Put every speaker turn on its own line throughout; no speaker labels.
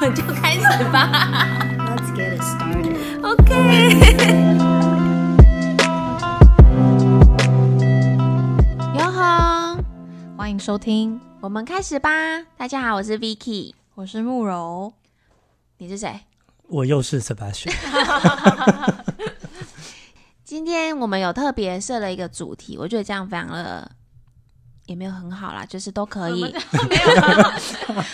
们 就开始吧。
Let's get it started.
OK。哟吼，欢迎收听，我们开始吧。大家好，我是 Vicky，
我是慕柔。
你是谁？
我又是 Sebastian，
今天我们有特别设了一个主题，我觉得这样非常的也没有很好啦，就是都可以。
没有，
啊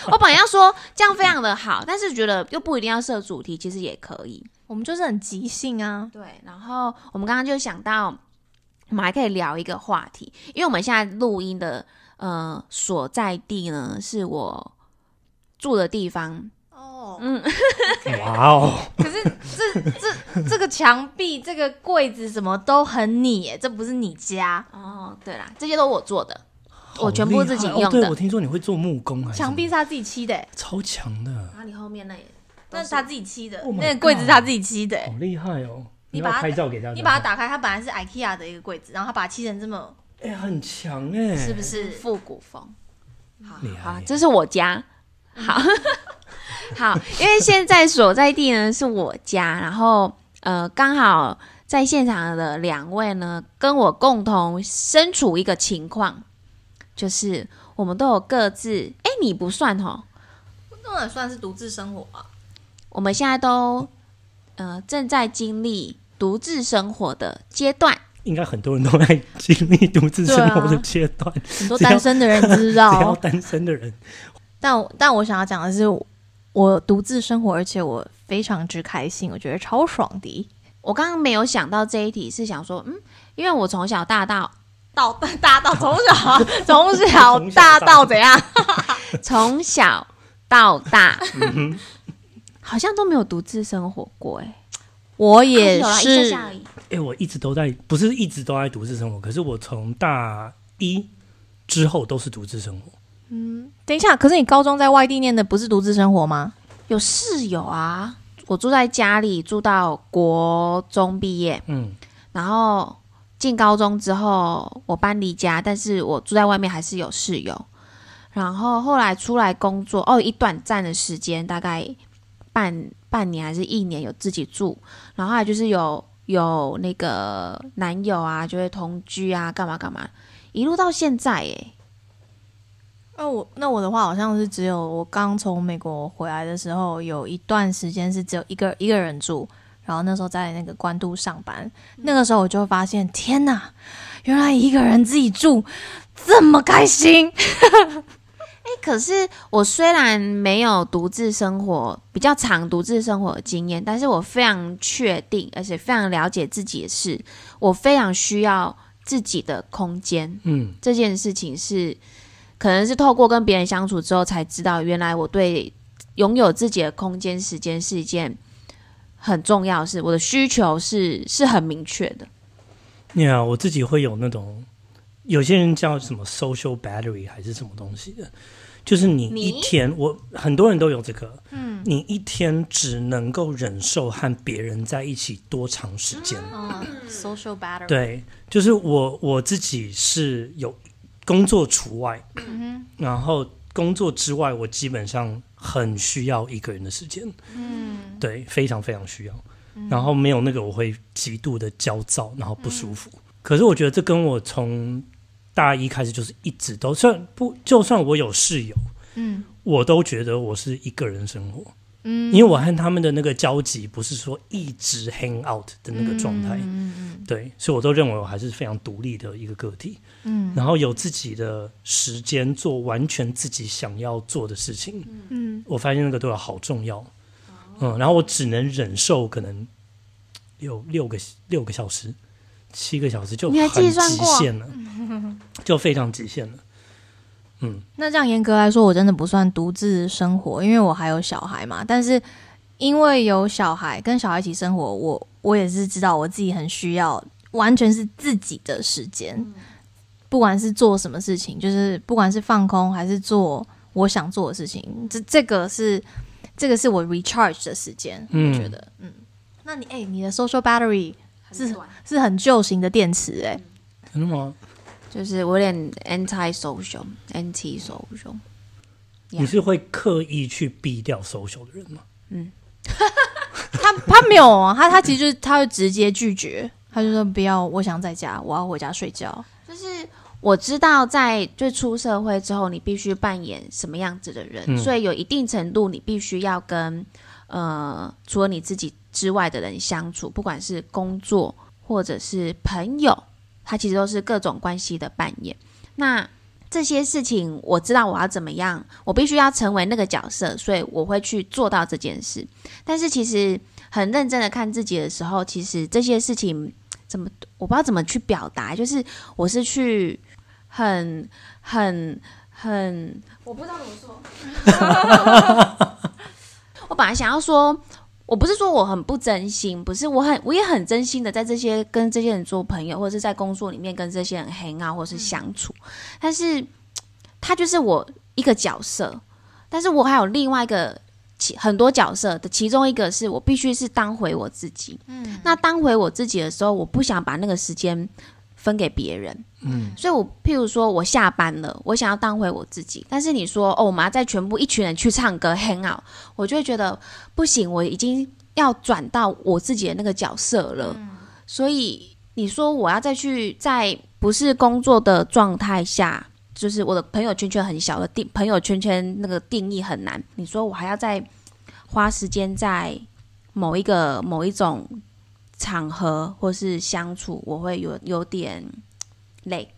我本来要说这样非常的好，但是觉得又不一定要设主题，其实也可以。
我们就是很即兴啊。
对，然后我们刚刚就想到，我们还可以聊一个话题，因为我们现在录音的呃所在地呢，是我住的地方。
哦，
嗯，
哇哦，
可是这这这个墙壁、这个柜子什么都很你耶，这不是你家。
哦，对啦，这些都我做的，我
好
全部
厉
自己
害
用
哦、对，
的
我听说你会做木工还是什么，
墙壁是他自己漆的耶，
超强的，
然后你后面那也
那是他自己漆的
Oh，my
那个柜子是他自己漆的耶。
好厉害哦！
你
要
把它
拍照给大家看，
你把它打开，它本来是 IKEA 的一个柜子，然后他把它漆成这么，
哎、很强哎、
是不是？
复古风。好
厉害
好，这是我家。好 好，因为现在所在地呢是我家，然后呃，刚好在现场的两位呢，跟我共同身处一个情况，就是我们都有各自，哎，你不算哦，
那也算是独自生活吧。
我们现在都呃正在经历独自生活的阶段，
应该很多人都在经历独自生活的阶段，
很多单身的人你知
只要
道，
单身的人，
但我但我想要讲的是，我独自生活，而且我非常之开心，我觉得超爽的。
我刚刚没有想到这一题，是想说，嗯，因为我从小大到
到 大到从小 从小大到怎样？
从小到大，好像都没有独自生活过、哎，
我也
啊有啦一
是
下下而已
哎、我一直都在，不是一直都在独自生活，可是我从大一之后都是独自生活，
等一下，可是你高中在外地念的不是独自生活吗？
有室友啊。我住在家里，住到国中毕业，
嗯，
然后进高中之后，我搬离家，但是我住在外面还是有室友。然后后来出来工作，哦，一短暂的时间，大概半半年还是一年有自己住，然后还就是有有那个男友啊，就会同居啊，干嘛干嘛，一路到现在耶。
那啊我那我的话好像是只有我刚从美国回来的时候，有一段时间是只有一个一个人住，然后那时候在那个关渡上班，那个时候我就发现，天哪，原来一个人自己住这么开心。
哎，可是我虽然没有独自生活比较长独自生活的经验，但是我非常确定，而且非常了解自己的是，我非常需要自己的空间。
嗯，
这件事情是，可能是透过跟别人相处之后才知道，原来我对拥有自己的空间、时间是一件很重要的事。我的需求是是很明确的。
你好，我自己会有那种，有些人叫什么 social battery 还是什么东西的，就是你
你
一天，我很多人都有这个，嗯，你一天只能够忍受和别人在一起多长时间？
嗯 Social battery，，
对，就是我我自己是有工作除外，然后工作之外，我基本上很需要一个人的时间，嗯，对，非常非常需要。然后没有那个，我会极度的焦躁，然后不舒服。可是我觉得这跟我从大一开始就是一直都，虽然不，就算我有室友，
嗯
我都觉得我是一个人生活，
嗯
因为我和他们的那个交集不是说一直 hang out 的那个状
嗯
态，对，所以我都认为我还是非常独立的一个个体，嗯，然后有自己的时间做完全自己想要做的事情，
嗯，
我发现那个对我好重要，
哦
嗯，然后我只能忍受可能有六个六个小时、七个小时就
你还
很
计算
极
过
限 了，就非常极限了，嗯，
那这样严格来说，我真的不算独自生活，因为我还有小孩嘛。但是因为有小孩，跟小孩一起生活，我我也是知道我自己很需要，完全是自己的时间，不管是做什么事情，就是不管是放空还是做我想做的事情，这这个是这个是我 recharge 的时间。
嗯
我觉得，嗯，那你哎、你的 social battery 是
短
是很旧型的电池哎、
真的吗？
就是我有点 anti social，anti social。 Yeah
你是会刻意去避掉 social 的人吗？
他他没有啊，他他其实就是他会直接拒绝，他就说不要，我想在家，我要回家睡觉。
就是我知道，在最出社会之后，你必须扮演什么样子的人，
嗯
所以有一定程度，你必须要跟呃除了你自己之外的人相处，不管是工作或者是朋友，它其实都是各种关系的扮演。那这些事情我知道我要怎么样，我必须要成为那个角色，所以我会去做到这件事。但是其实很认真的看自己的时候，其实这些事情怎么我不知道怎么去表达，就是我是去很很很，我不知道怎么说。我本来想要说，我不是说我很不真心，不是我很我也很真心的在这些跟这些人做朋友，或者是在工作里面跟这些人 hang out 或是相处，但是嘖他就是我一个角色，但是我还有另外一个。其很多角色的其中一个是我必须是当回我自己，嗯，那当回我自己的时候，我不想把那个时间分给别人，所以我譬如说我下班了，我想要当回我自己，但是你说哦，我们要再全部一群人去唱歌 hang out，我就会觉得不行，我已经要转到我自己的那个角色了，所以你说我要再去在不是工作的状态下。就是我的朋友圈圈很小的定朋友圈圈那个定义很难，你说我还要再花时间在某一个某一种场合或是相处，我会有有点累。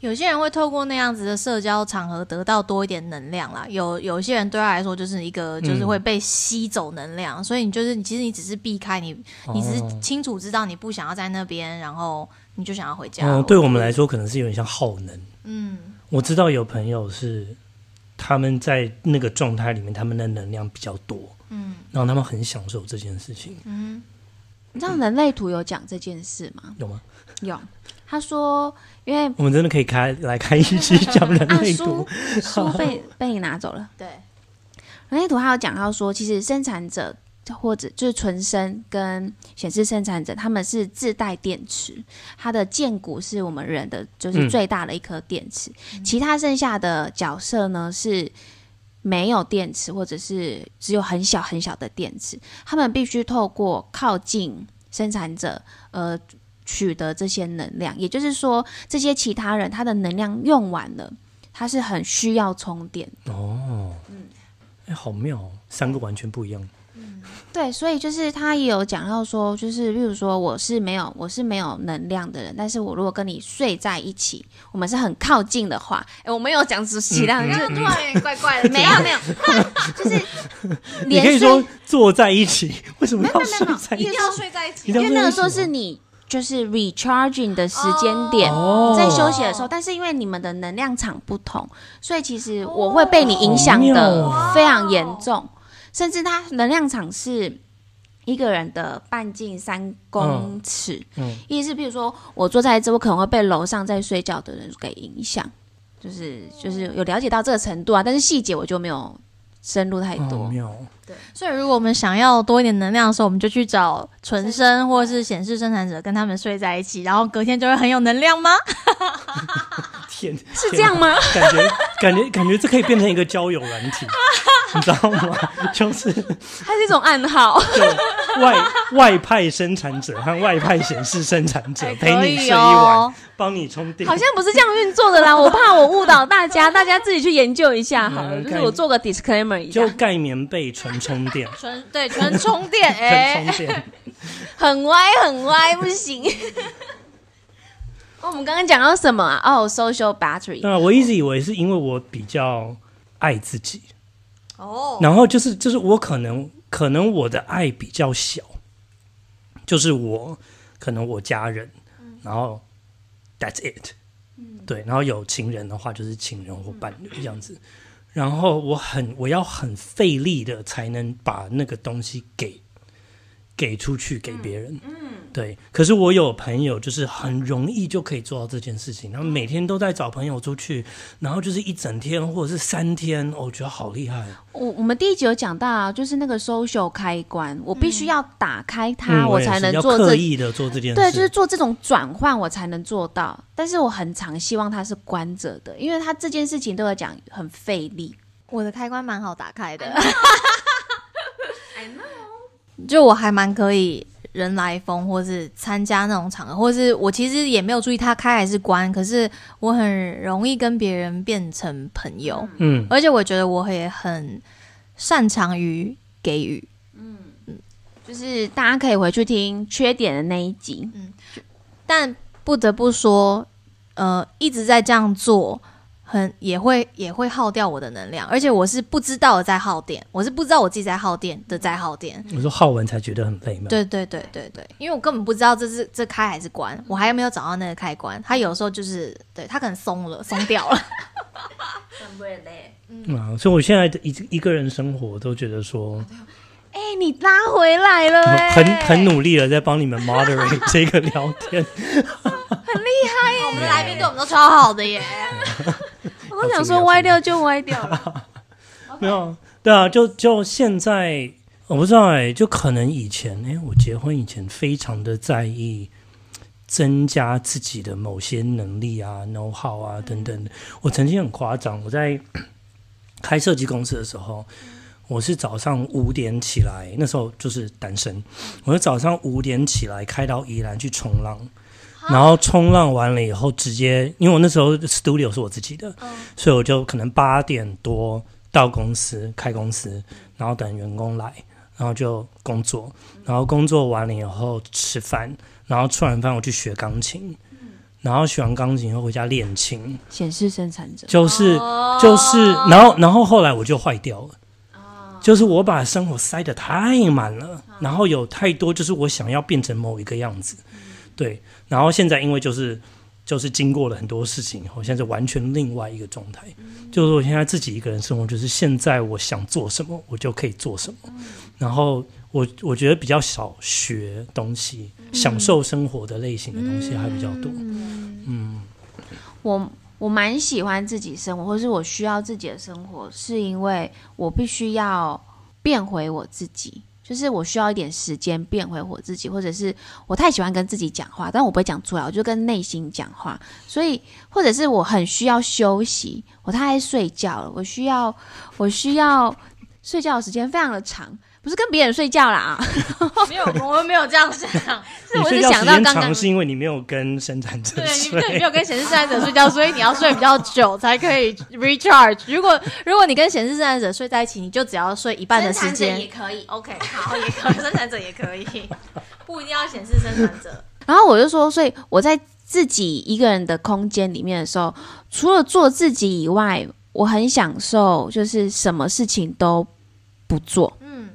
有些人会透过那样子的社交场合得到多一点能量啦，有有些人对他来说就是一个就是会被吸走能量，所以你就是其实你只是避开你，你只是清楚知道你不想要在那边，然后你就想要回家。
嗯，对我们来说可能是有点像耗能。嗯，我知道有朋友是他们在那个状态里面，他们的能量比较多。嗯，然后他们很享受这件事情，
嗯你知道人类图有讲这件事吗？
嗯有吗？
有，他说，因为
我们真的可以开来开 一期讲人
啊
类
书
图，
书被被你拿走了。
对，
人类图还有讲到说，其实生产者或者就是纯生跟显示生产者，他们是自带电池，它的剑骨是我们人的就是
嗯
最大的一颗电池，其他剩下的角色呢是。没有电池，或者是只有很小很小的电池，他们必须透过靠近生产者，呃，取得这些能量。也就是说，这些其他人他的能量用完了，他是很需要充电。
哦，哎，好妙、哦，三个完全不一样。
对，所以就是他也有讲到说，就是比如说我是没有我是没有能量的人，但是我如果跟你睡在一起，我们是很靠近的话，哎，我没有讲出其
嗯
他，就
突然有点怪怪的，
没有没有， 就是
你
连
可以
睡
说坐在一起，为什么要睡在
没
一
有
起？
睡在一起
一定
因
要
为那个时
睡在
候
一起
是
吗
你就是 recharging 的时间点，
哦
在休息的时候，但是因为你们的能量场不同，所以其实我会被你影响
好哦妙
的非常严重，甚至它能量场是一个人的半径三公尺，
嗯
意思是譬如说我坐在这，我可能会被楼上在睡觉的人给影响，就是就是有了解到这个程度啊，但是细节我就没有深入太
好
嗯多。
妙哦，
所以，如果我们想要多一点能量的时候，我们就去找纯生或是显示生产者，跟他们睡在一起，然后隔天就会很有能量吗？
天，
是这样吗？
感觉感觉感觉这可以变成一个交友软 体，你知道吗？ 就是
它是一种暗 号。
就外外派生产者和外派显示生产者
还
陪
哎可
你睡
以
一晚
哦，，
帮你充电
好。像不是这样运作的啦，我怕我误导大家，大家自己去研究一下好了。
嗯
就是我做个 disclaimer 一下
就，盖棉被纯充电，
纯对纯充电，哎、
纯充 电。
很歪很歪，不行。 哦，我们刚刚讲到什么啊？哦，social battery，
啊那我一直以为是因为我比较爱自己，
哦，
然后就是就是我可能可能我的爱比较小，就是我可能我家人，然后 that's it，对，然后有情人的话就是情人或伴侣这样子，然后我很我要很费力的才能把那个东西给给出去给别人，对。可是我有朋友就是很容易就可以做到这件事情，然后每天都在找朋友出去，然后就是一整天或者是三天，哦我觉得好厉害哦。
我我们第一集有讲到啊，就是那个 social 开关，我必须要打开它，
嗯
我
也
才
是
能
要
做
刻
这。
意的做这件事。
对，就是做这种转换，我才能做到。但是我很常希望它是关着的，因为它这件事情对我来讲很费力。
我的开关蛮好打开的。 就我还蛮可以人来疯，或是参加那种场合，或是我其实也没有注意他开还是关，可是我很容易跟别人变成朋友，
嗯，
而且我觉得我也很擅长于给予。
就是大家可以回去听缺点的那一集，
但不得不说，呃，一直在这样做，很也会也会耗掉我的能量，而且我是不知道我在耗电，我是不知道我自己在耗电的在耗电。
我说浩文才觉得很累嘛，，
对对对对对，因为我根本不知道这是这开还是关，我还没有找到那个开关。它有时候就是对它可能松了，松掉了。
啊，所以我现在的一一个人生活都觉得说
哎、你拉回来了、哎，
很很努力了，在帮你们 moderate 这个聊天，
我们的来宾对我们都超好的耶，
我
哦
想说歪掉就歪掉了，
没有，对啊，就就现在，我不知道哎、就可能以前哎、我结婚以前非常的在意增加自己的某些能力啊、know how 啊等等的。我曾经很夸张，我在开设计公司的时候，我是早上五点起来，那时候就是单身，我是早上五点起来开到宜兰去冲浪。然后冲浪完了以后，直接因为我那时候 studio 是我自己的，所以我就可能八点多到公司开公司，然后等员工来，然后就工作，然后工作完了以后吃饭，然后吃完饭我去学钢琴，然后学完钢琴以后回家练琴，
显示生产者。
就是就是，然后然后后来我就坏掉了。就是我把生活塞得太满了，然后有太多就是我想要变成某一个样子，对，然后现在因为就是就是经过了很多事情以后，现在是完全另外一个状态，就是我现在自己一个人生活，就是现在我想做什么，我就可以做什么，然后我我觉得比较少学东西，享受生活的类型的东西还比较多，嗯
我我蛮喜欢自己生活，或是我需要自己的生活，是因为我必须要变回我自己，就是我需要一点时间变回我自己，或者是我太喜欢跟自己讲话，但我不会讲出来，我就跟内心讲话，所以或者是我很需要休息，我太爱睡觉了，我需要我需要睡觉的时间非常的长。不是跟别人睡觉啦啊，
没有，我们没有这样 想。
是
你
我
睡
是
觉
想
时
到
间
刚
长
刚
是因为你没有跟生产者
对，你
睡，
对，你没有跟显示生产者睡觉，所以你要睡比较久才可以 recharge。如果如果你跟显示生产者睡在一起，你就只要睡一半的时间。
可以。
OK，好，也可以，生产者也可以，不一定要显示生产者。
然后我就说，所以我在自己一个人的空间里面的时候，除了做自己以外，我很享受，就是什么事情都不做。
嗯，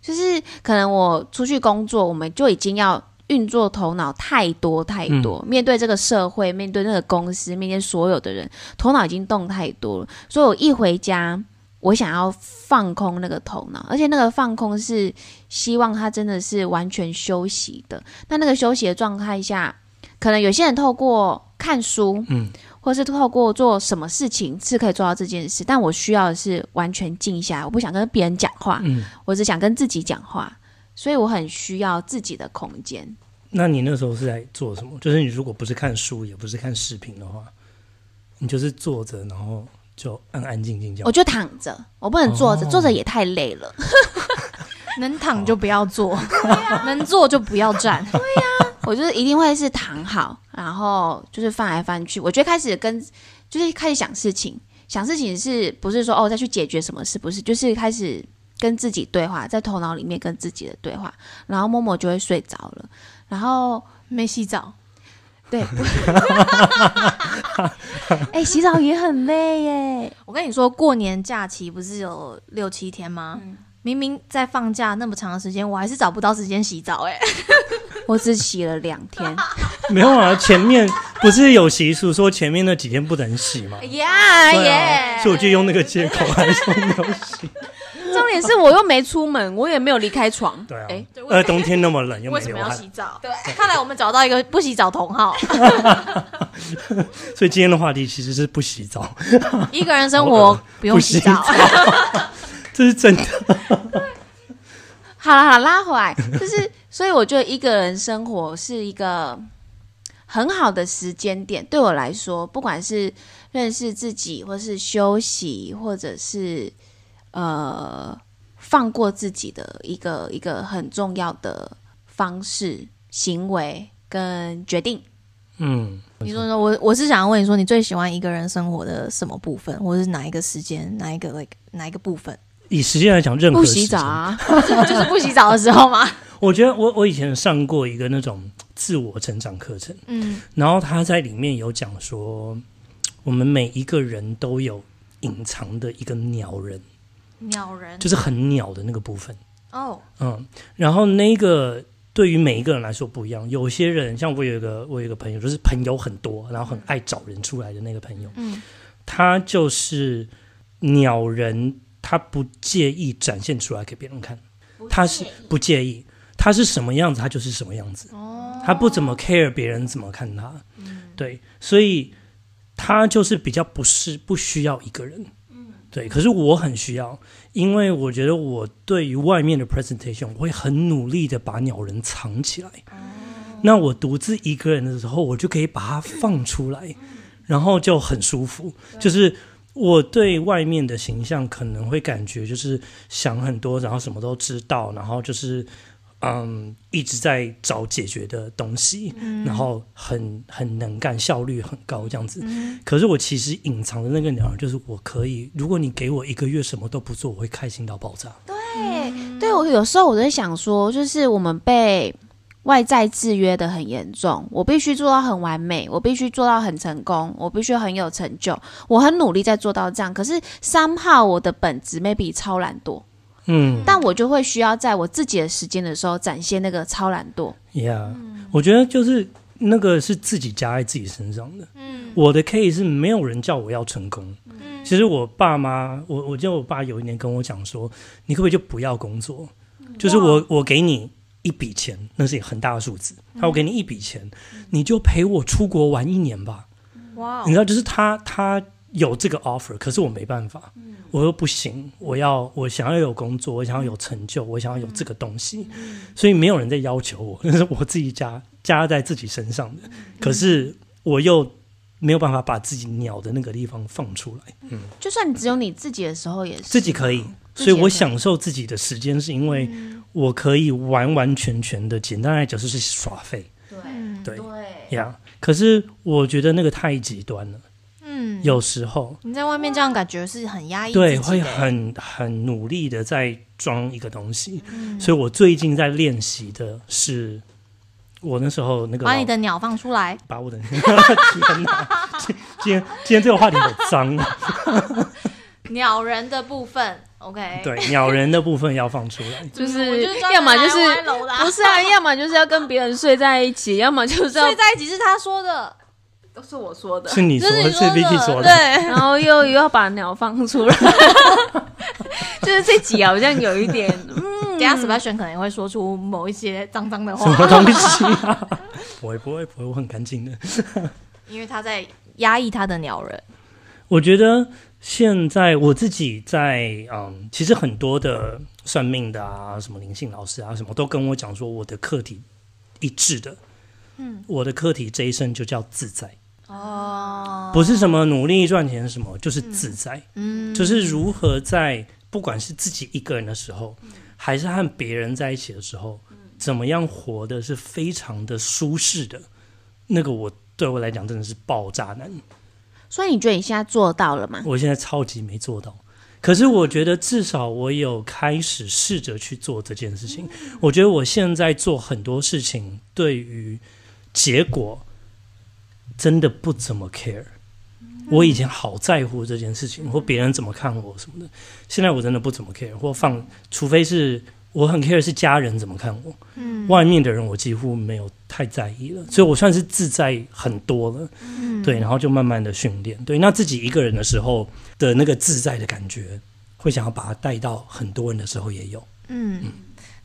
就是可能我出去工作，我们就已经要运作头脑太多太多，面对这个社会，面对那个公司，面对所有的人，头脑已经动太多了。所以我一回家，我想要放空那个头脑，而且那个放空是希望他真的是完全休息的。那那个休息的状态下，可能有些人透过看书，
嗯，
或是透过做什么事情是可以做到这件事，但我需要的是完全静下来，我不想跟别人讲话，
嗯。
我只想跟自己讲话，所以我很需要自己的空间。
那你那时候是在做什么？就是你如果不是看书，也不是看视频的话，你就是坐着，然后就安安静静这
我
哦
样。
就躺着，我不能坐着，
哦
坐着也太累了。
能躺就不要坐，能坐就不要 站。
我就是一定会是躺好，然后就是翻来翻去。我就会开始跟，就是开始想事情，想事情是不是说哦再去解决什么事？不是，就是开始跟自己对话，在头脑里面跟自己的对话，然后默默就会睡着了。然后
没洗澡，
对，哎、洗澡也很累耶。
我跟你说，过年假期不是有六七天吗？明明在放假那么长的时间，我还是找不到时间洗澡、哎，
我只洗了两 天，
没有啊，前面不是有习俗说前面那几天不能洗吗？
哎呀
对啊，所以我就用那个借口还说没有洗。
重点是我又没出门，我也没有离开床。
对啊，
哎
呃，冬天那么冷又没
为什
流
么要
汗，
洗澡？对，看来我们找到一个不洗澡同 好，
所以今天的话题其实是不洗澡，
一个人生
好
活
恶
不用洗澡
不。 这是真的。
好啦好啦，拉回来，就是所以我觉得一个人生活是一个很好的时间点。对我来说，不管是认识自己，或是休息，或者是呃放过自己的一个一个很重要的方式、行为跟决定。
嗯，
你说说，我我是想要问你说，你最喜欢一个人生活的什么部分，或者是哪一个时间，哪一个 like 哪一个部分？
以时间来讲，任何
不洗
时间
澡啊，
就是不洗澡的时候吗？
我觉得我我以前上过一个那种自我成长课程，
嗯
然后他在里面有讲说，我们每一个人都有隐藏的一个鸟人，
鸟人
就是很鸟的那个部分。
哦，
嗯，然后那个对于每一个人来说不一样，有些人像我有一个我有一个朋友，就是朋友很多，然后很爱找人出来的那个朋友，
嗯
他就是鸟人，他不介意展现出来给别人看，他是不介意，他是什么样子，他就是什么样子，
哦
他不怎么 care 别人怎么看他，对，所以他就是比较不是不需要一个人，对，可是我很需要，因为我觉得我对于外面的 presentation，我会很努力的把鸟人藏起来。那我独自一个人的时候，我就可以把它放出来，然后就很舒服。就是我对外面的形象可能会感觉就是想很多，然后什么都知道，然后就是嗯一直在找解决的东西，
嗯
然后很很能干，效率很高这样子。可是我其实隐藏的那个鸟儿就是我可以，如果你给我一个月什么都不做，我会开心到爆炸。
对我有时候我在想说，就是我们被外在制约的很严重，我必须做到很完美，我必须做到很成功，我必须很有成就，我很努力在做到这样。可是 somehow 我的本质 maybe 超懒惰，
嗯
但我就会需要在我自己的时间的时候展现那个超懒惰。
，Yeah，我觉得就是那个是自己加在自己身上的。
嗯
我的 K 是没有人叫我要成功。其实我爸妈，我我记得我爸有一年跟我讲说，你可不可以就不要工作？就是我我给你一笔钱，那是一个很大的数字。他说我给你一笔钱，你就陪我出国玩一年吧。
哇哦
你知道，就是他他有这个 offer，可是我没办法，我又不行，我要我想要有工作，我想要有成就，我想要有这个东西，所以没有人在要求我， 那是我自己加加在自己身上的，可是我又没有办法把自己鸟的那个地方放出来，
就算你只有你自己的时候，也是
自己可以。
嗯自
所
己
以
也
我
可以
享受自己的时间，是因为我可以完完全全的，简单来讲就是耍废
嗯
对呀。可是我觉得那个太极端了，
嗯，
有时候
你在外面这样感觉是很压抑自己的，
对，会很很努力的在装一个东西，所以我最近在练习的是，我那时候那个
把
老
你的鸟放出来。
把我的 天哪，今今天今天这个话题好脏，啊
鸟人的部分，OK，，
对鸟人的部分要放出来，
就
我
是
专门
要么就是
来歪楼的啊
不是啊，要么就是要跟别人睡在一起，要么就是要
睡在一起是他说的，
都是我说的
是你说
这是
的
你
是
说
Vicky 说的，
对，
然后又又要把鸟放出来， 就是这集好像有一点，
等一下 Sebastian 可能会说出某一些脏脏的
什么
话，
东西啊？ 不会不会不会，我很干净的。
因为他在压抑他的鸟人。
我觉得现在我自己在嗯，其实很多的算命的啊，什么灵性老师啊，什么都跟我讲说，我的课题一致的，嗯，我的课题这一生就叫自在，
哦，
不是什么努力赚钱什么，就是自在，
嗯
就是如何在不管是自己一个人的时候，还是和别人在一起的时候，怎么样活的是非常的舒适的，那个我对我来讲真的是爆炸难。
所以你觉得你现在做到了吗？
我现在超级没做到。可是我觉得至少我有开始试着去做这件事情。我觉得我现在做很多事情，对于结果真的不怎么 care。我以前好在乎这件事情，或别人怎么看我什么的，现在我真的不怎么 care，或放，除非是我很 care 是家人怎么看我，外面的人我几乎没有太在意了，所以我算是自在很多了。
嗯
对，然后就慢慢的训练。对，那自己一个人的时候的那个自在的感觉，会想要把它带到很多人的时候也有。
嗯，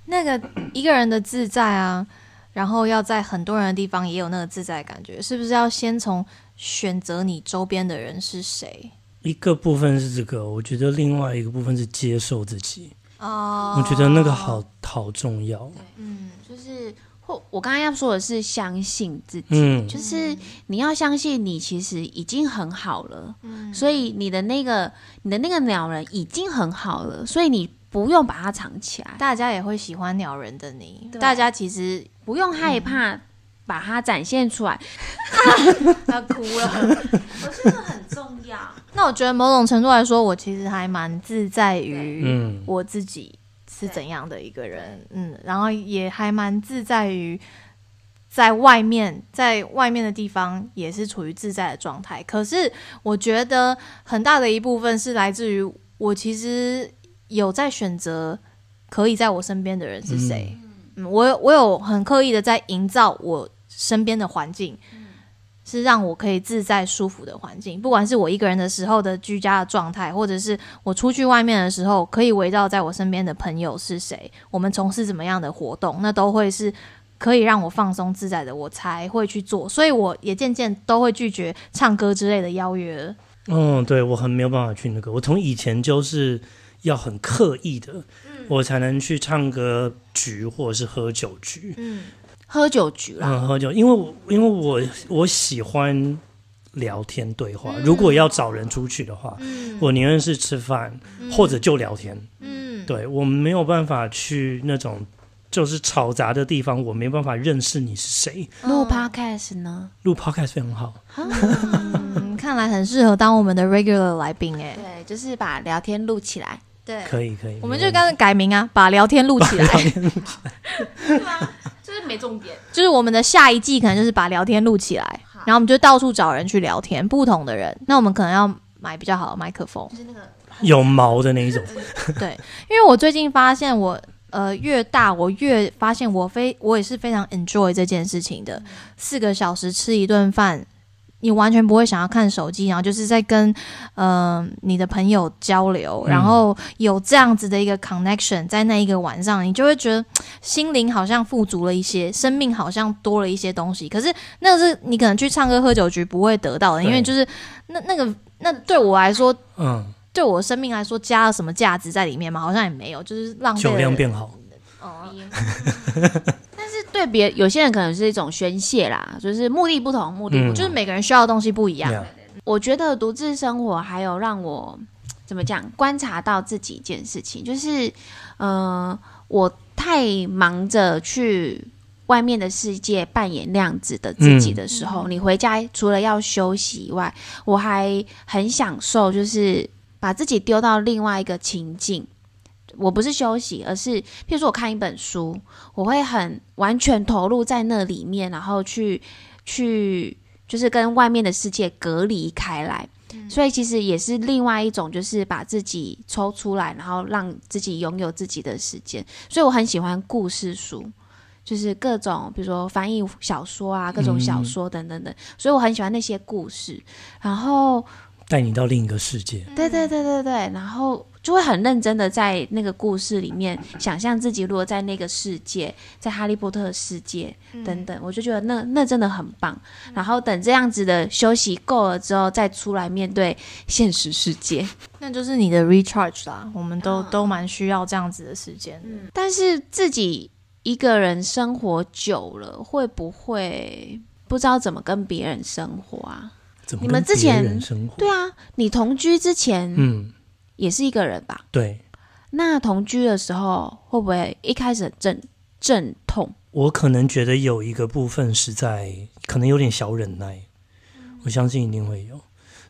那个一个人的自在啊，然后要在很多人的地方也有那个自在的感觉，是不是要先从选择你周边的人是谁？
一个部分是这个，我觉得另外一个部分是接受自己，
哦，
我觉得那个好好重要。
嗯就是或我刚刚要说的是相信自己，
嗯
就是你要相信你其实已经很好了，所以你的那个你的那个鸟人已经很好了，所以你不用把它藏起来，
大家也会喜欢鸟人的你。
对
大家其实
不用害怕把它展现出来。
要哭了。
我觉得很重要，
那我觉得某种程度来说，我其实还蛮自在于
嗯
我自己是怎样的一个人，嗯，然后也还蛮自在于在外面，在外面的地方也是处于自在的状态。可是我觉得很大的一部分是来自于我其实有在选择可以在我身边的人是谁，嗯，我有我有很刻意的在营造我身边的环境。是让我可以自在舒服的环境，不管是我一个人的时候的居家的状态，或者是我出去外面的时候，可以围绕在我身边的朋友是谁，我们从事怎么样的活动，那都会是可以让我放松自在的，我才会去做。所以我也渐渐都会拒绝唱歌之类的邀约。
嗯，对我很没有办法去那个，我从以前就是要很刻意的，
嗯
我才能去唱歌局或者是喝酒局，
嗯
喝酒局啦，
嗯，喝酒，因为我因为我我喜欢聊天对话，如果要找人出去的话，我宁愿是吃饭或者就聊天，
嗯，
对我没有办法去那种就是嘈杂的地方，我没办法认识你是谁。
录 podcast 呢？
录 podcast 非常好，
嗯，看来很适合当我们的 regular 来宾哎、
对，就是把聊天录起来。
对
可以可以，
我们
没
就
问
刚刚改名啊，把聊天录起来。
就是没重点，
就是我们的下一季可能就是把聊天录起来，然后我们就到处找人去聊天，不同的人。那我们可能要买比较好的麦克风，
题有毛的那一种，
对，因为我最近发现我。呃，越大我越发现我非我也是非常 enjoy 这件事情
嗯
的。四个小时吃一顿饭，你完全不会想要看手机，然后就是在跟呃你的朋友交流，
嗯
然后有这样子的一个 connection，在那一个晚上，你就会觉得心灵好像富足了一些，生命好像多了一些东西。可是那是你可能去唱歌喝酒局不会得到的，因为
对
就是那那个那对我来说
嗯，
对我生命来说加了什么价值在里面吗？好像也没有，就是浪费
酒
了
量变好，
哦，
但是对别有些人可能是一种宣泄啦，就是目的不同，目的不
嗯
同。
就是每个人需要的东西不一样。
Yeah
我觉得独自生活还有让我怎么讲观察到自己一件事情，就是呃，我太忙着去外面的世界扮演那样子的自己的时候，你回家除了要休息以外，我还很享受，就是把自己丢到另外一个情境。我不是休息，而是譬如说我看一本书，我会很完全投入在那里面，然后去去就是跟外面的世界隔离开来。所以其实也是另外一种，就是把自己抽出来，然后让自己拥有自己的时间。所以我很喜欢故事书，就是各种比如说翻译小说啊，各种小说等等等。所以我很喜欢那些故事，然后
带你到另一个世界。
对对对对对，然后就会很认真的在那个故事里面想象自己如果在那个世界，在哈利波特的世界等等，我就觉得那那真的很棒。然后等这样子的休息够了之后，再出来面对现实世界。
那就是你的 recharge 啦，我们都、都蛮需要这样子的时间的。
但是自己一个人生活久了，会不会不知道怎么跟别人生活啊？
怎么
你们
跟
之
别
前
人生活？
对啊，你同居之前
嗯，
也是一个人吧？
对
那同居的时候会不会一开始很阵阵痛？
我可能觉得有一个部分是在可能有点小忍耐，我相信一定会有。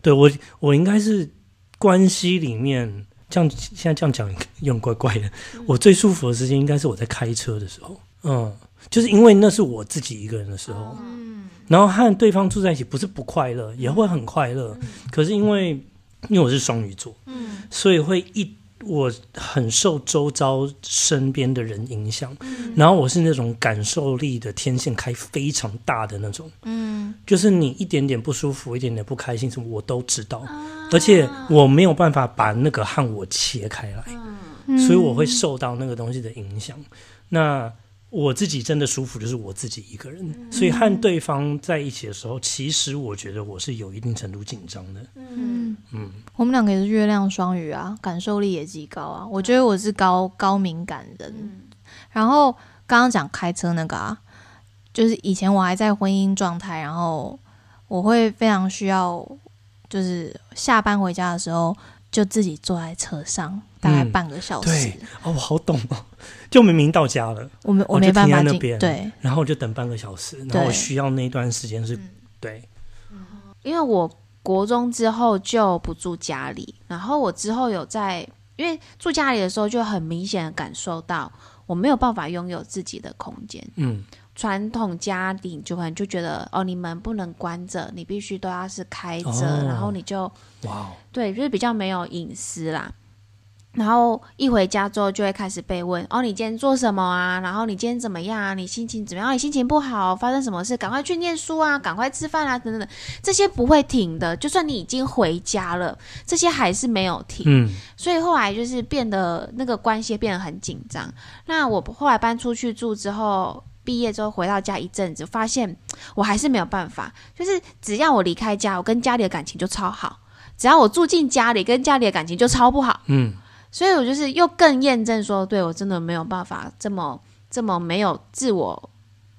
对我，我应该是关系里面这样，现在这样讲有点怪怪的。我最舒服的时间应该是我在开车的时候，嗯，就是因为那是我自己一个人的时
哦
候，嗯，然后和对方住在一起不是不快乐，也会很快乐，可是因为因为我是双鱼座，嗯，所以会一。我很受周遭身边的人影响，然后我是那种感受力的天线开非常大的那种，嗯，就是你一点点不舒服，一点点不开心什么，我都知道，
啊
而且我没有办法把那个和我切开来，
嗯
所以我会受到那个东西的影响。那我自己真的舒服，就是我自己一个人，
嗯
所以和对方在一起的时候，其实我觉得我是有一定程度紧张的，
嗯
嗯
我们两个也是月亮双鱼啊，感受力也极高啊。嗯我觉得我是高高敏感人。然后刚刚讲开车那个啊，就是以前我还在婚姻状态，然后我会非常需要，就是下班回家的时候就自己坐在车上大概
嗯
半个小时，
对，哦，我好懂哦，就明明到家了，
我没我
哦就
没办
停
法
在那
进
边
对，
然后我就等半个小时，然后我
对嗯
需要那一段时间是，对，
因为我国中之后就不住家里，然后我之后有在，因为住家里的时候就很明显的感受到我没有办法拥有自己的空间。
嗯，
传统家庭就可能就觉得哦，你门不能关着，你必须都要是开着，
哦
然后你就
哇哦，
对，就是比较没有隐私啦。然后一回家之后就会开始被问哦，你今天做什么啊？然后你今天怎么样啊？你心情怎么样？你心情不好，发生什么事？赶快去念书啊，赶快吃饭啊，等等等，这些不会停的。就算你已经回家了，这些还是没有停。
嗯，
所以后来就是变得那个关系变得很紧张。那我后来搬出去住之后，毕业之后回到家一阵子，发现嗯我还是没有办法，就是只要我离开家，我跟家里的感情就超好；只要我住进家里，跟家里的感情就超不好。
嗯，
所以我就是又更验证说，对我真的没有办法这么这么没有自我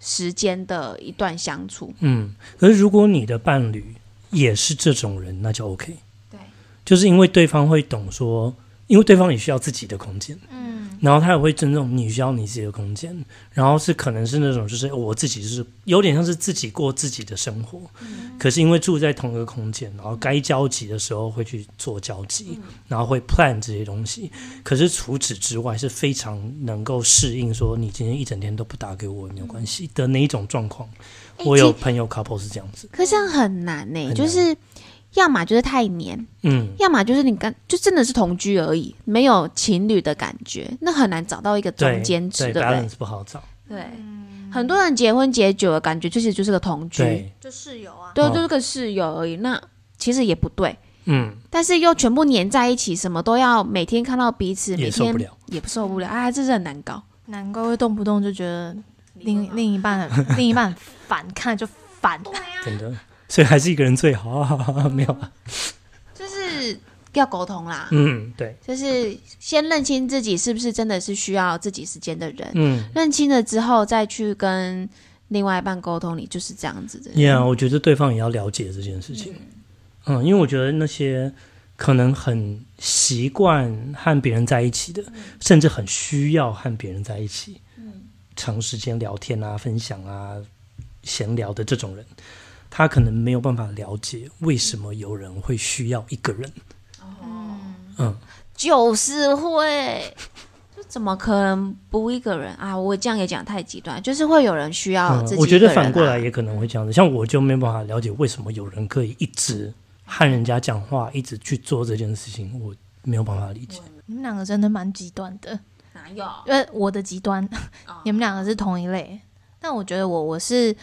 时间的一段相处。
嗯，可是如果你的伴侣也是这种人，那就 OK。
对，
就是因为对方会懂说，因为对方也需要自己的空间，嗯，然后他也会尊重你需要你自己的空间，然后是可能是那种就是我自己是有点像是自己过自己的生活，
嗯
可是因为住在同一个空间，然后该交集的时候会去做交集，
嗯
然后会 plan 这些东西。可是除此之外是非常能够适应说你今天一整天都不打给我没有关系的那一种状况。
诶
我有
其
朋友 couple 是这样子，
可是这样很难呢、
难
就是要么就是太黏，
嗯，
要么就是你跟就真的是同居而已，没有情侣的感觉，那很难找到一个
对，
中间值，
对
对不对？嗯
balance 不好找，
对，很多人结婚结久了，感觉就是就是个同居，
对，
就室友啊，
对，
哦
就是个室友而已。那其实也不对，
嗯，
但是又全部黏在一起，什么都要每天看到彼此，每
也受
天
不了。
也不受不了啊，这是很难搞。
难怪会动不动就觉得另另一半 很另一半很烦，看着就烦。
真的，所以还是一个人最好， 没有啊，
就是要沟通啦，
嗯，对，
就是先认清自己是不是真的是需要自己时间的人，
嗯。
认清了之后再去跟另外一半沟通，你就是这样子的人。
Yeah，我觉得对方也要了解这件事情。嗯，因为我觉得那些可能很习惯和别人在一起的，
嗯
甚至很需要和别人在一起，长时间聊天啊、分享啊、闲聊的这种人，他可能没有办法了解为什么有人会需要一个人。嗯，
就是会， 就怎么可能不一个人啊？我这样也讲太极端，就是会有人需要啊自己、
嗯，我觉得反过来，也可能会这样子，像我就没办法了解为什么有人可以一直和人家讲话，一直去做这件事情，我没有办法理解。
你们两个真的蛮极端的，
哪有？哦
呃，我的极端， 你们两个是同一类。但我觉得我我是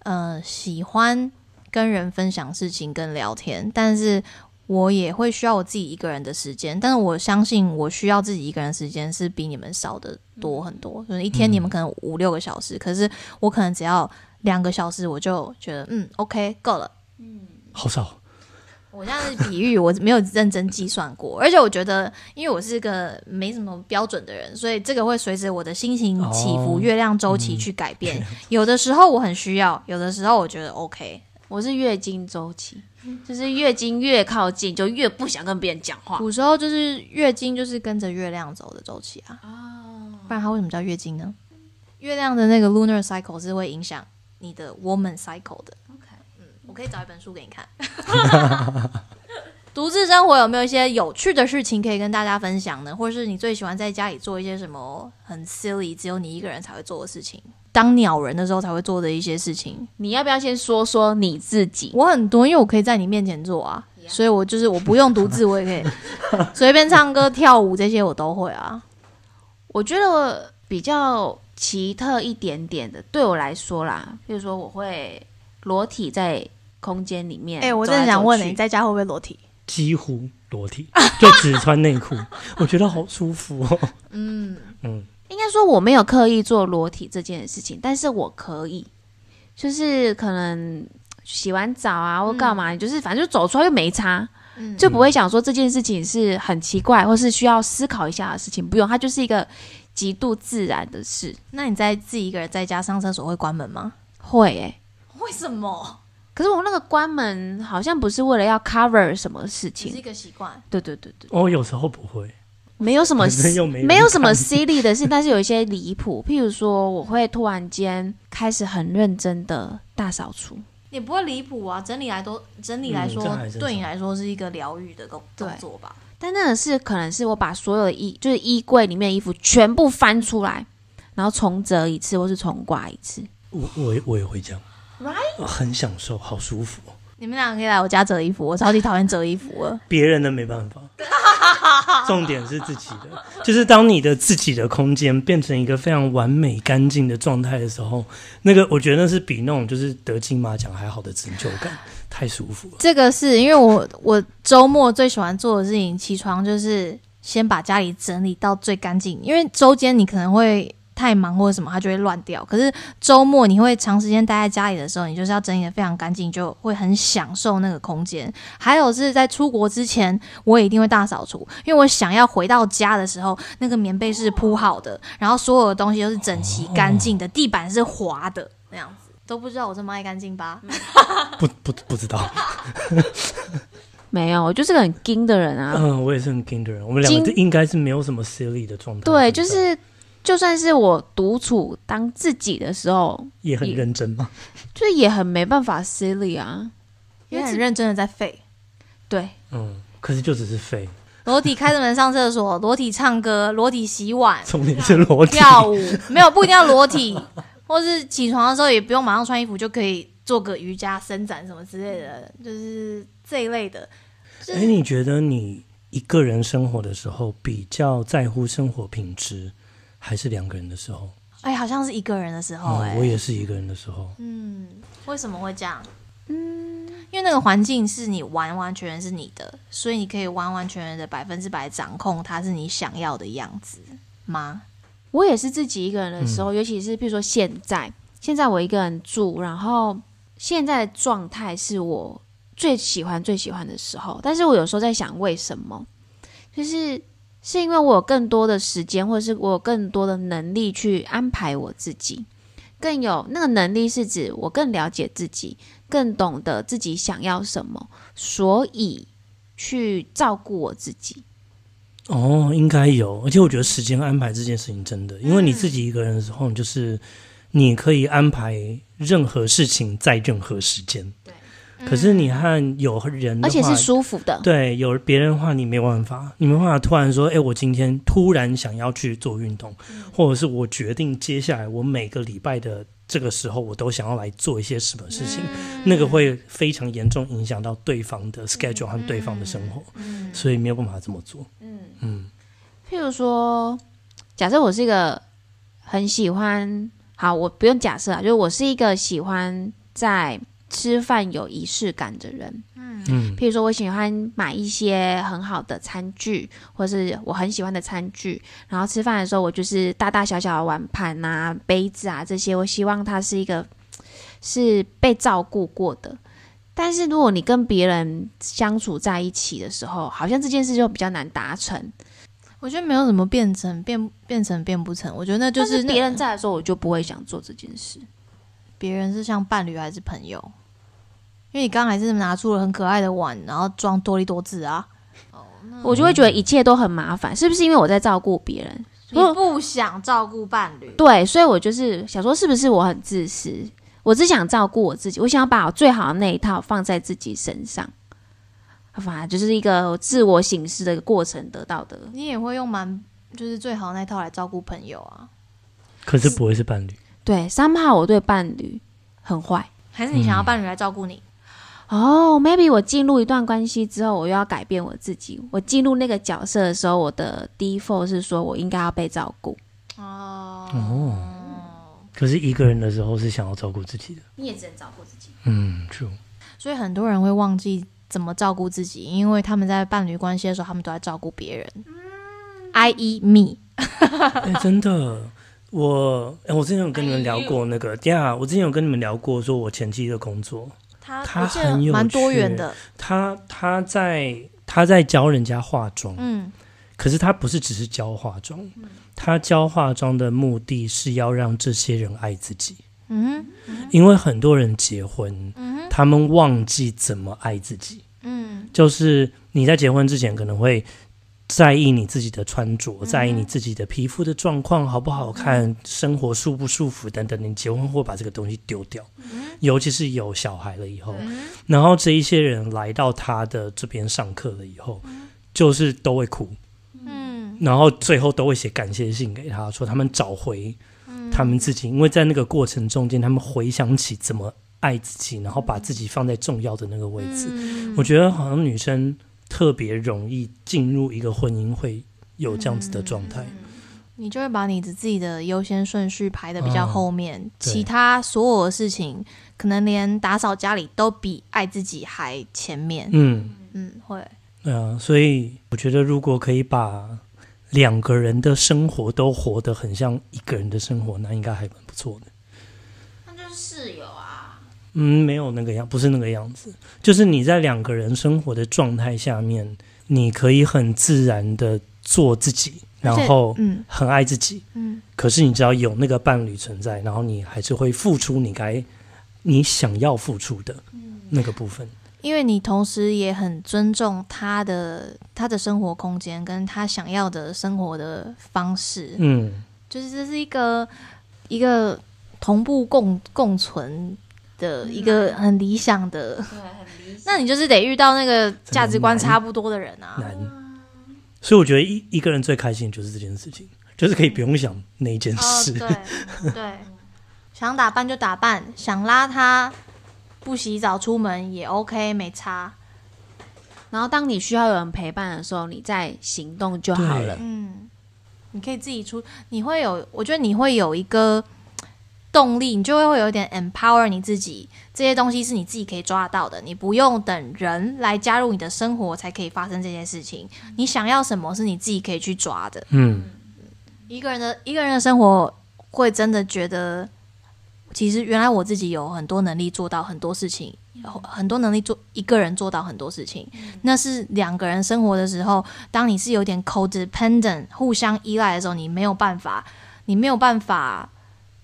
呃喜欢跟人分享事情跟聊天，但是我也会需要我自己一个人的时间。但是我相信我需要自己一个人的时间是比你们少的多
嗯
很多，就是一天你们可能五六个小时，可是我可能只要两个小时，我就觉得嗯 OK 够了。
好少，
我现在是比喻，我没有认真计算过，而且我觉得，因为我是个没什么标准的人，所以这个会随着我的心情起伏、
哦
月亮周期去改变。有的时候我很需要，有的时候我觉得 OK。
我是月经周期，就是月经越靠近，就越不想跟别人讲话。
古时候就是月经就是跟着月亮走的周期啊，不然它为什么叫月经呢？月亮的那个 lunar cycle 是会影响你的 woman cycle 的。OK，嗯，我可以找一本书给你看。 独自生活有没有一些有趣的事情可以跟大家分享呢？或是你最喜欢在家里做一些什么很 silly 只有你一个人才会做的事情？当鸟人的时候才会做的一些事情，
你要不要先说说你自己？
我很多，因为我可以在你面前做啊，所以我就是我不用独自，我也可以随便唱歌、跳舞这些我都会啊。
我觉得我比较奇特一点点的，对我来说啦，比如说我会裸体在空间里
哎
面走来走去。
在家会不会裸体？
几乎裸体， 就只穿 内裤，我觉得好舒服哦。嗯
应该说我没有刻意做裸体这件事情，但是我可以，就是可能洗完澡啊或干嘛，就是反正就走出来又没差，就不会想说这件事情是很奇怪或是需要思考一下的事情，不用，它就是一个极度自然的事。
那你在自己一个人在家上厕所会关门吗？
会诶、
为什么？
可是我那个关门好像不是为了要 cover 什么事
只是
情
一，个习惯。
对对对对，
哦我有时候不会，
没有什么
反正又没人
没有什么
看
C 利的事，但是有一些离谱，譬如说我会突然间开始很认真的大扫除，
也不会离谱啊，整理来都整理来说
嗯这还，是
对你来说是一个疗愈的工
对
动作吧。
但那个是可能是我把所有的衣就是衣柜里面的衣服全部翻出来，然后重折一次或是重挂一次，
我我也我也会这样很享受，好舒服哦、
你们两个可以来我家折衣服，我超级讨厌折衣服了。
别人的没办法， 重点是自己的，就是当你的自己的空间变成一个非常完美干净的状态的时候，那个我觉得那是比那种就是得金马奖还好的成就感， 太舒服了。
这个是因为我我周末最喜欢做的事情，起床就是先把家里整理到最干净，因为周间你可能会太忙或者什么，它就会乱掉。可是周末你会长时间待在家里的时候，你就是要整理的非常干净，就会很享受那个空间。还有是在出国之前，我也一定会大扫除，因为我想要回到家的时候，那个棉被是铺好的，然后所有的东西都是整齐干净的，地板是滑的，那样子都不知道我这么爱干净吧？
不不不知 道，
没有，我就是个很精的人啊。
嗯、我也是很 king 的人，我们两个
金
应该是没有什么 silly 的状态。
对，就是就算是我独处当自己的时候，
也很认真嘛。
就是也很没办法 silly 啊，
因
因
为
为
很
只
认真的在废。
对
嗯，可是就只是废，
裸体开着门上厕所，裸体唱歌，裸体洗碗、
重点是裸体。
跳舞，没有不一定要裸体，或是起床的时候也不用马上穿衣服就可以做个瑜伽、伸展什么之类的，就是这一类的。
哎，你觉得你一个人生活的时候，比较在乎生活品质，还是两个人的时候？
哎、好像是一个人的
哦
时候、
嗯
哎、嗯
我也是一个人的时候，
为什么会这样？嗯，因为那个环境是你完完全全是你的，所以你可以完完全全的百分之百掌控它是你想要的样子吗？
我也是自己一个人的时候，尤其是比如说现在，现在我一个人住，然后现在的状态是我最喜欢最喜欢的时候，但是我有时候在想为什么，就是。是因为我有更多的时间，或者是我有更多的能力去安排我自己，更有那个能力是指我更了解自己，更懂得自己想要什么，所以去照顾我自己。
哦，应该有。而且我觉得时间安排这件事情真的，因为你自己一个人的时候，就是你可以安排任何事情在任何时间。可是你和有人
嗯
的
而
话，
且是舒服的。
对，有别人的话你没有办法，你没办法突然说，哎、我今天突然想要去做运动，
嗯
或者是我决定接下来我每个礼拜的这个时候，我都想要来做一些什么事情，
嗯
那个会非常严重影响到对方的 schedule 和对方的生活，
嗯
所以没有办法这么做。嗯
譬如说，假设我是一个很喜欢，好，我不用假设啊，就是我是一个喜欢在吃饭有仪式感的人。
嗯
譬如说，我喜欢买一些很好的餐具，或是我很喜欢的餐具，然后吃饭的时候，我就是大大小小的碗盘啊、杯子啊这些，我希望它是一个是被照顾过的。但是如果你跟别人相处在一起的时候，好像这件事就比较难达成。
我觉得没有什么变成变变成变不成，我觉得那就
但是
那
别人在的时候，我就不会想做这件事。
别人是像伴侣还是朋友？因为你刚才是拿出了很可爱的碗，然后装多利多姿啊，
我就会觉得一切都很麻烦，是不是因为我在照顾别人？
你不想照顾伴侣，
对，所以我就是想说，是不是我很自私？我只想照顾我自己，我想要把我最好的那一套放在自己身上，反正就是一个自我醒思的一个过程得到的。
你也会用蛮就是最好的那一套来照顾朋友啊？
可是不会是伴侣，
对，三炮我对伴侣很坏
还是你想要伴侣来照顾你？
哦、m a y b e 我进入一段关系之后，我又要改变我自己。我进入那个角色的时候，我的 default 是说我应该要被照顾。
哦、
可是一个人的时候是想要照顾自己的。
你也只能照顾自己。
嗯，true。
所以很多人会忘记怎么照顾自己，因为他们在伴侣关系的时候，他们都在照顾别人、i e me。
哎、真的，我、哎我之前有跟你们聊过那个，对啊，我之前有跟你们聊过，说我前期的工作，
他
他
我记得
很有
蛮多
趣
元的，
他他在他在教人家化妆，
嗯，
可是他不是只是教化妆，他教化妆的目的是要让这些人爱自己。
嗯
因为很多人结婚，他们忘记怎么爱自己。
嗯
就是你在结婚之前可能会在意你自己的穿着，在意你自己的皮肤的状况好不好看，生活舒不舒服等等。你结婚后把这个东西丢掉，
嗯
尤其是有小孩了以后，然后这一些人来到他的这边上课了以后，就是都会哭，
嗯
然后最后都会写感谢信给他，说他们找回他们自己，因为在那个过程中间，他们回想起怎么爱自己，然后把自己放在重要的那个位置。
嗯
我觉得好像女生特别容易进入一个婚姻会有这样子的状态。
你就会把你的自己的优先顺序排的比较后面，
啊对
其他所有的事情，可能连打扫家里都比爱自己还前面。
嗯，
嗯，会，
对啊，所以我觉得如果可以把两个人的生活都活得很像一个人的生活，那应该还蛮不错的。
那就是 Hmm. 室友啊。
嗯，没有那个样，不是那个样子，就是你在两个人生活的状态下面，你可以很自然的做自己，然
而且
后
嗯
很爱自己。
嗯
可是你只要有那个伴侣存在，然后你还是会付出你该你想要付出的
嗯
那个部分。
因为你同时也很尊重他的他的生活空间跟他想要的生活的方式，
嗯，
就是这是一个一个同步共共存的一个很理想 的。那你就是得遇到那个价值观差不多的人啊。
难。所以我觉得一一个人最开心的就是这件事情，就是可以不用想那一件
哦，
事。
对对， 想打扮就打扮，想邋遢不洗澡出门也 OK，没差。
然后当你需要有人陪伴的时候，你再行动就好了。
嗯，你可以自己出，你会有，我觉得你会有一个动力，你就会会有点 empower 你自己。这些东西是你自己可以抓得到的，你不用等人来加入你的生活才可以发生这件事情。你想要什么是你自己可以去抓的。
嗯，
一个人的一个人的生活，会真的觉得，其实原来我自己有很多能力做到很多事情，有很多能力做一个人做到很多事情。那是两个人生活的时候，当你是有点 codependent 互相依赖的时候，你没有办法，你没有办法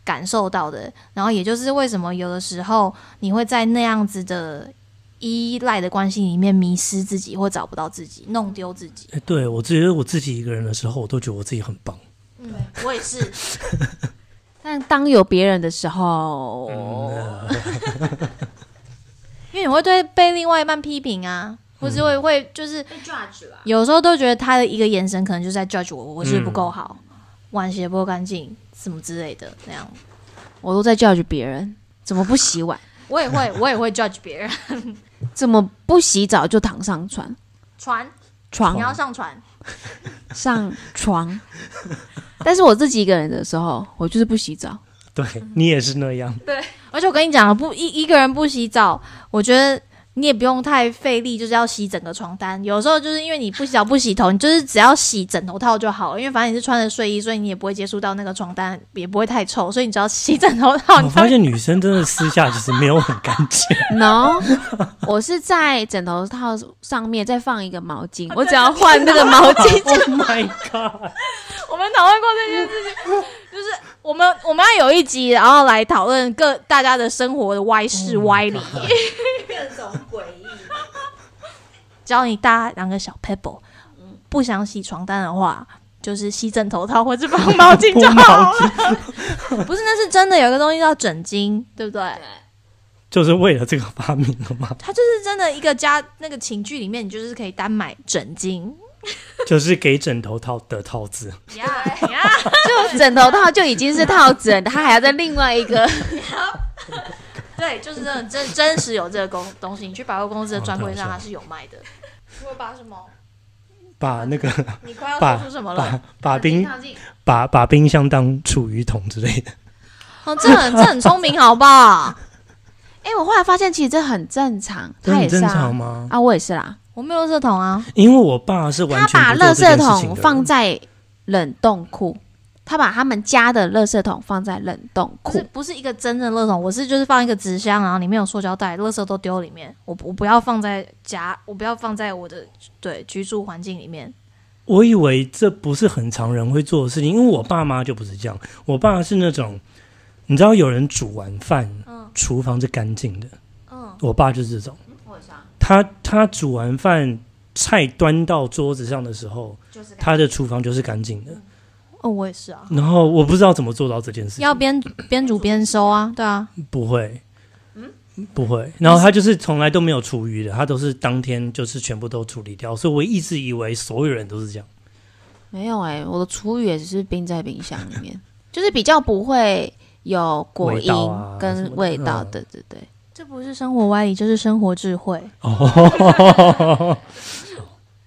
感受到的。然后也就是为什么有的时候你会在那样子的。依赖的关系里面迷失自己，或找不到自己，弄丢自己。
诶对我觉得我自己一个人的时候，我都觉得我自己很棒。
我也是，
但当有别人的时候，
嗯呃
因为你会对被另外一半批评啊，或是会会就是
被 judge 了。
有时候都觉得他的一个眼神可能就是在 judge 我，我是不是不够好，碗洗得不够干净，什么之类的那样。
我都在 judge 别人，怎么不洗碗，
我也会，我也会 judge 别人。
怎么不洗澡就躺上床
船，
床
你要上船，
上床。 但是我自己一个人的时候，我就是不洗澡。
对你也是那样，
而且我跟你讲，啊不一一个人不洗澡，我觉得。你也不用太费力，就是要洗整个床单。有时候就是因为你不洗澡、不洗头，你就是只要洗枕头套就好了。因为反正你是穿着睡衣，所以你也不会接触到那个床单，也不会太臭，所以你只要洗枕头套。
我
你
发现女生真的私下其实没有很干净。
No，我是在枕头套上面再放一个毛巾，
啊
我只要换那个毛巾
oh my god！
我们讨论过这件事情，就是我们我们要有一集，然后来讨论各大家的生活的歪事歪理，
各种诡异。
教你大家两个小 pebble。不想洗床单的话，就是洗枕头套或者放毛巾就好了。不是，那是真的有一个东西叫枕巾，对不对？
就是为了这个发明的嘛，
它就是真的一个家那个情趣里面，你就是可以单买枕巾。
就是给枕头套的套子。
呀呀！
就枕头套就已经是套子了，它还要再另外一 个。
对，就是真的真真实有这个东东西，你去百货公司的专柜上它是有卖的。我把什 么？
把那个
你快要
把
啊说出什么了？
把把冰把把冰箱当储鱼桶之类的，
哦，这很这很聪明，好不好？
哎、我后来发现其实这很正常，他也
很
是
正
啊
常，吗？
啊，我也是啦。
我没有垃圾桶 啊，
因为我爸是完
他
全
把
不做
垃
这
圾
件事情
桶
的人
放在冷冻库，他把他们家的垃圾桶放在冷冻
不是
库，
不是一个真正的垃圾桶，我是就是放一个纸箱，然后里面有塑胶袋，垃圾都丢里面，我不我不要放在家，我不要放在我的对居住环境里面。
我以为这不是很常人会做的事情，因为我爸妈就不是这样。我爸是那种你知道有人煮完饭，
嗯
厨房是干净的，
嗯，
我爸就是这种，
我也是啊，
他他煮完饭菜端到桌子上的时候，
就是嗯
他的厨房就是干净的。
哦，我也是啊，
然后我不知道怎么做到这件事情，
要边边煮边收啊，对啊，
不会，
嗯
不会。然后他就是从来都没有厨余的，他都是当天就是全部都处理掉，所以我一直以为所有人都是这样。
没有哎、我的厨余也只是冰在冰箱里面， 就是比较不会有果
味
蝇
道啊什么
跟
的
味道，
嗯
对对对。
这不是生活歪理，这是生活智慧。
哦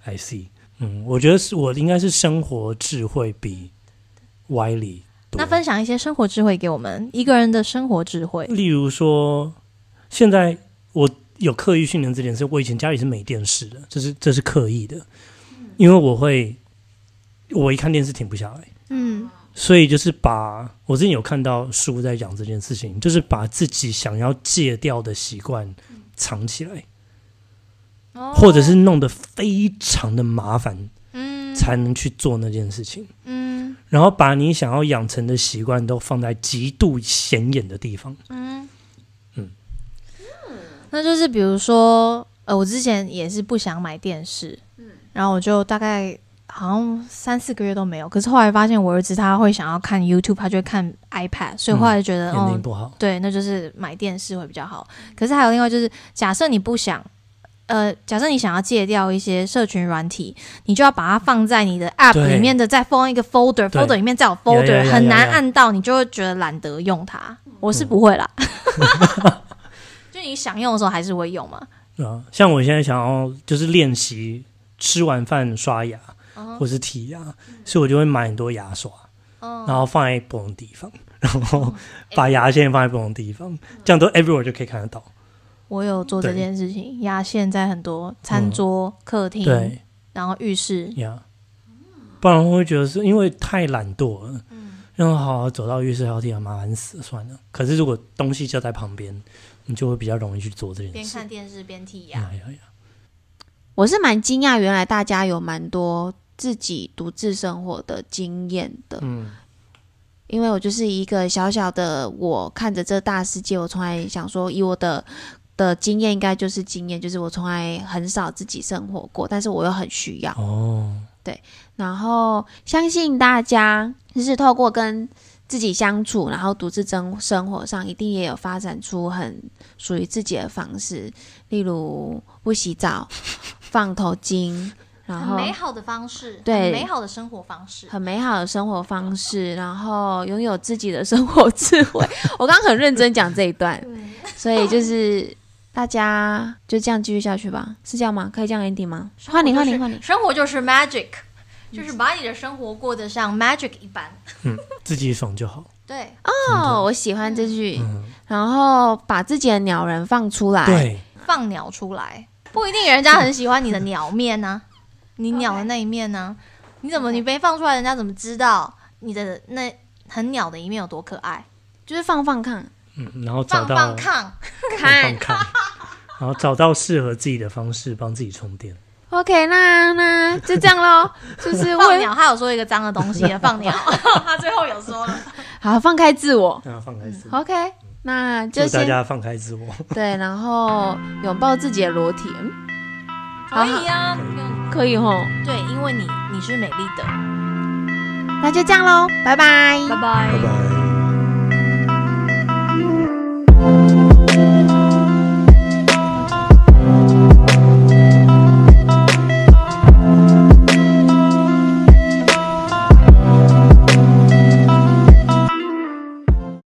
，I see。嗯，我觉得是我应该是生活智慧比歪理多。
那分享一些生活智慧给我们，一个人的生活智慧。
例如说，现在我有刻意训练这件事，我以前家里是没电视的，这是这是刻意的，
嗯
因为我会我一看电视停不下来，
嗯，
所以就是把我之前有看到书在讲这件事情，就是把自己想要戒掉的习惯
嗯
藏起来，
哦
或者是弄得非常的麻烦，
嗯
才能去做那件事情。
嗯
然后把你想要养成的习惯都放在极度显眼的地方，
嗯
嗯
那就是比如说，呃，我之前也是不想买电视，然后我就大概好像三四个月都没有。可是后来发现我儿子他会想要看 YouTube，他就会看 iPad，所以后来就觉得，
眼
哦
睛，不好。
对，那就是买电视会比较好。可是还有另外就是，假设你不想，呃，假设你想要戒掉一些社群软体，你就要把它放在你的 App
对
里面的，再放一个 folder，folder
对
里面再有嗯
呀呀
folder，
呀
很
呀
难
呀
按到，你就会觉得懒得用它。我是不 会啦，就你想用的时候还是会用嘛。
啊，像我现在想要就是练习吃完饭刷牙或是剔牙，所以我就会买很多牙刷，然后放在不同地方，然后 把牙线放在不同地方，这样都 everywhere 就可以看得到。
我有做这
对
件事情，压线在很多餐
嗯
桌、客厅，
对
然后浴室，
呀，不然我会觉得是因为太懒惰了，
嗯
然后好好走到浴室还要剔牙，麻烦死了算了。可是如果东西就在旁边，你就会比较容易去做这件
边
事。
看电视边剔牙。
呀呀呀！
我是蛮惊讶，原来大家有蛮多自己独自生活的经验的。
嗯，
因为我就是一个小小的我，看着这大世界，我从来想说，以我的的经验，应该就是经验，就是我从来很少自己生活过，但是我又很需要。
哦，
然后相信大家就是透过跟自己相处，然后独自生生活上，一定也有发展出很属于自己的方式，例如不洗澡、放头巾，然
很
后
美好的方式，
对
很美好的生活方式。
很美好的生活方式，然后拥有自己的生活智慧。我刚刚很认真讲这一段，所以就是大家就这样继续下去吧，是这样吗？可以这样 ending 吗？换你，换你，换你。
生活就是 magic，就是把你的生活过得像 magic 一般。
自己爽就好。
对，
哦，我喜欢这句。然后把自己的鸟人放出
哎
来。
嗯对，
放鸟出来，不一定人家很喜欢你的鸟面呢、你鸟的那一面呢、你怎么你没放出来，人家怎么知道你的那很鸟的一面有多可爱？
就是放放看，
嗯，然后找
放
到
放看，
看看，然后找到适合自己的方式帮自己充电。
OK，那那就这样喽，就是
放
为
鸟，他有说一个脏的东西 也放鸟，他最后有说了，
好放开自我。
那啊放开自我，
OK，那就
祝嗯大
先
家放开自我。
对，然后拥抱自己的裸体，嗯，
可以啊，
可以吼。
对，因为你你是美丽的，
那就这样喽，拜拜。
拜拜
拜拜。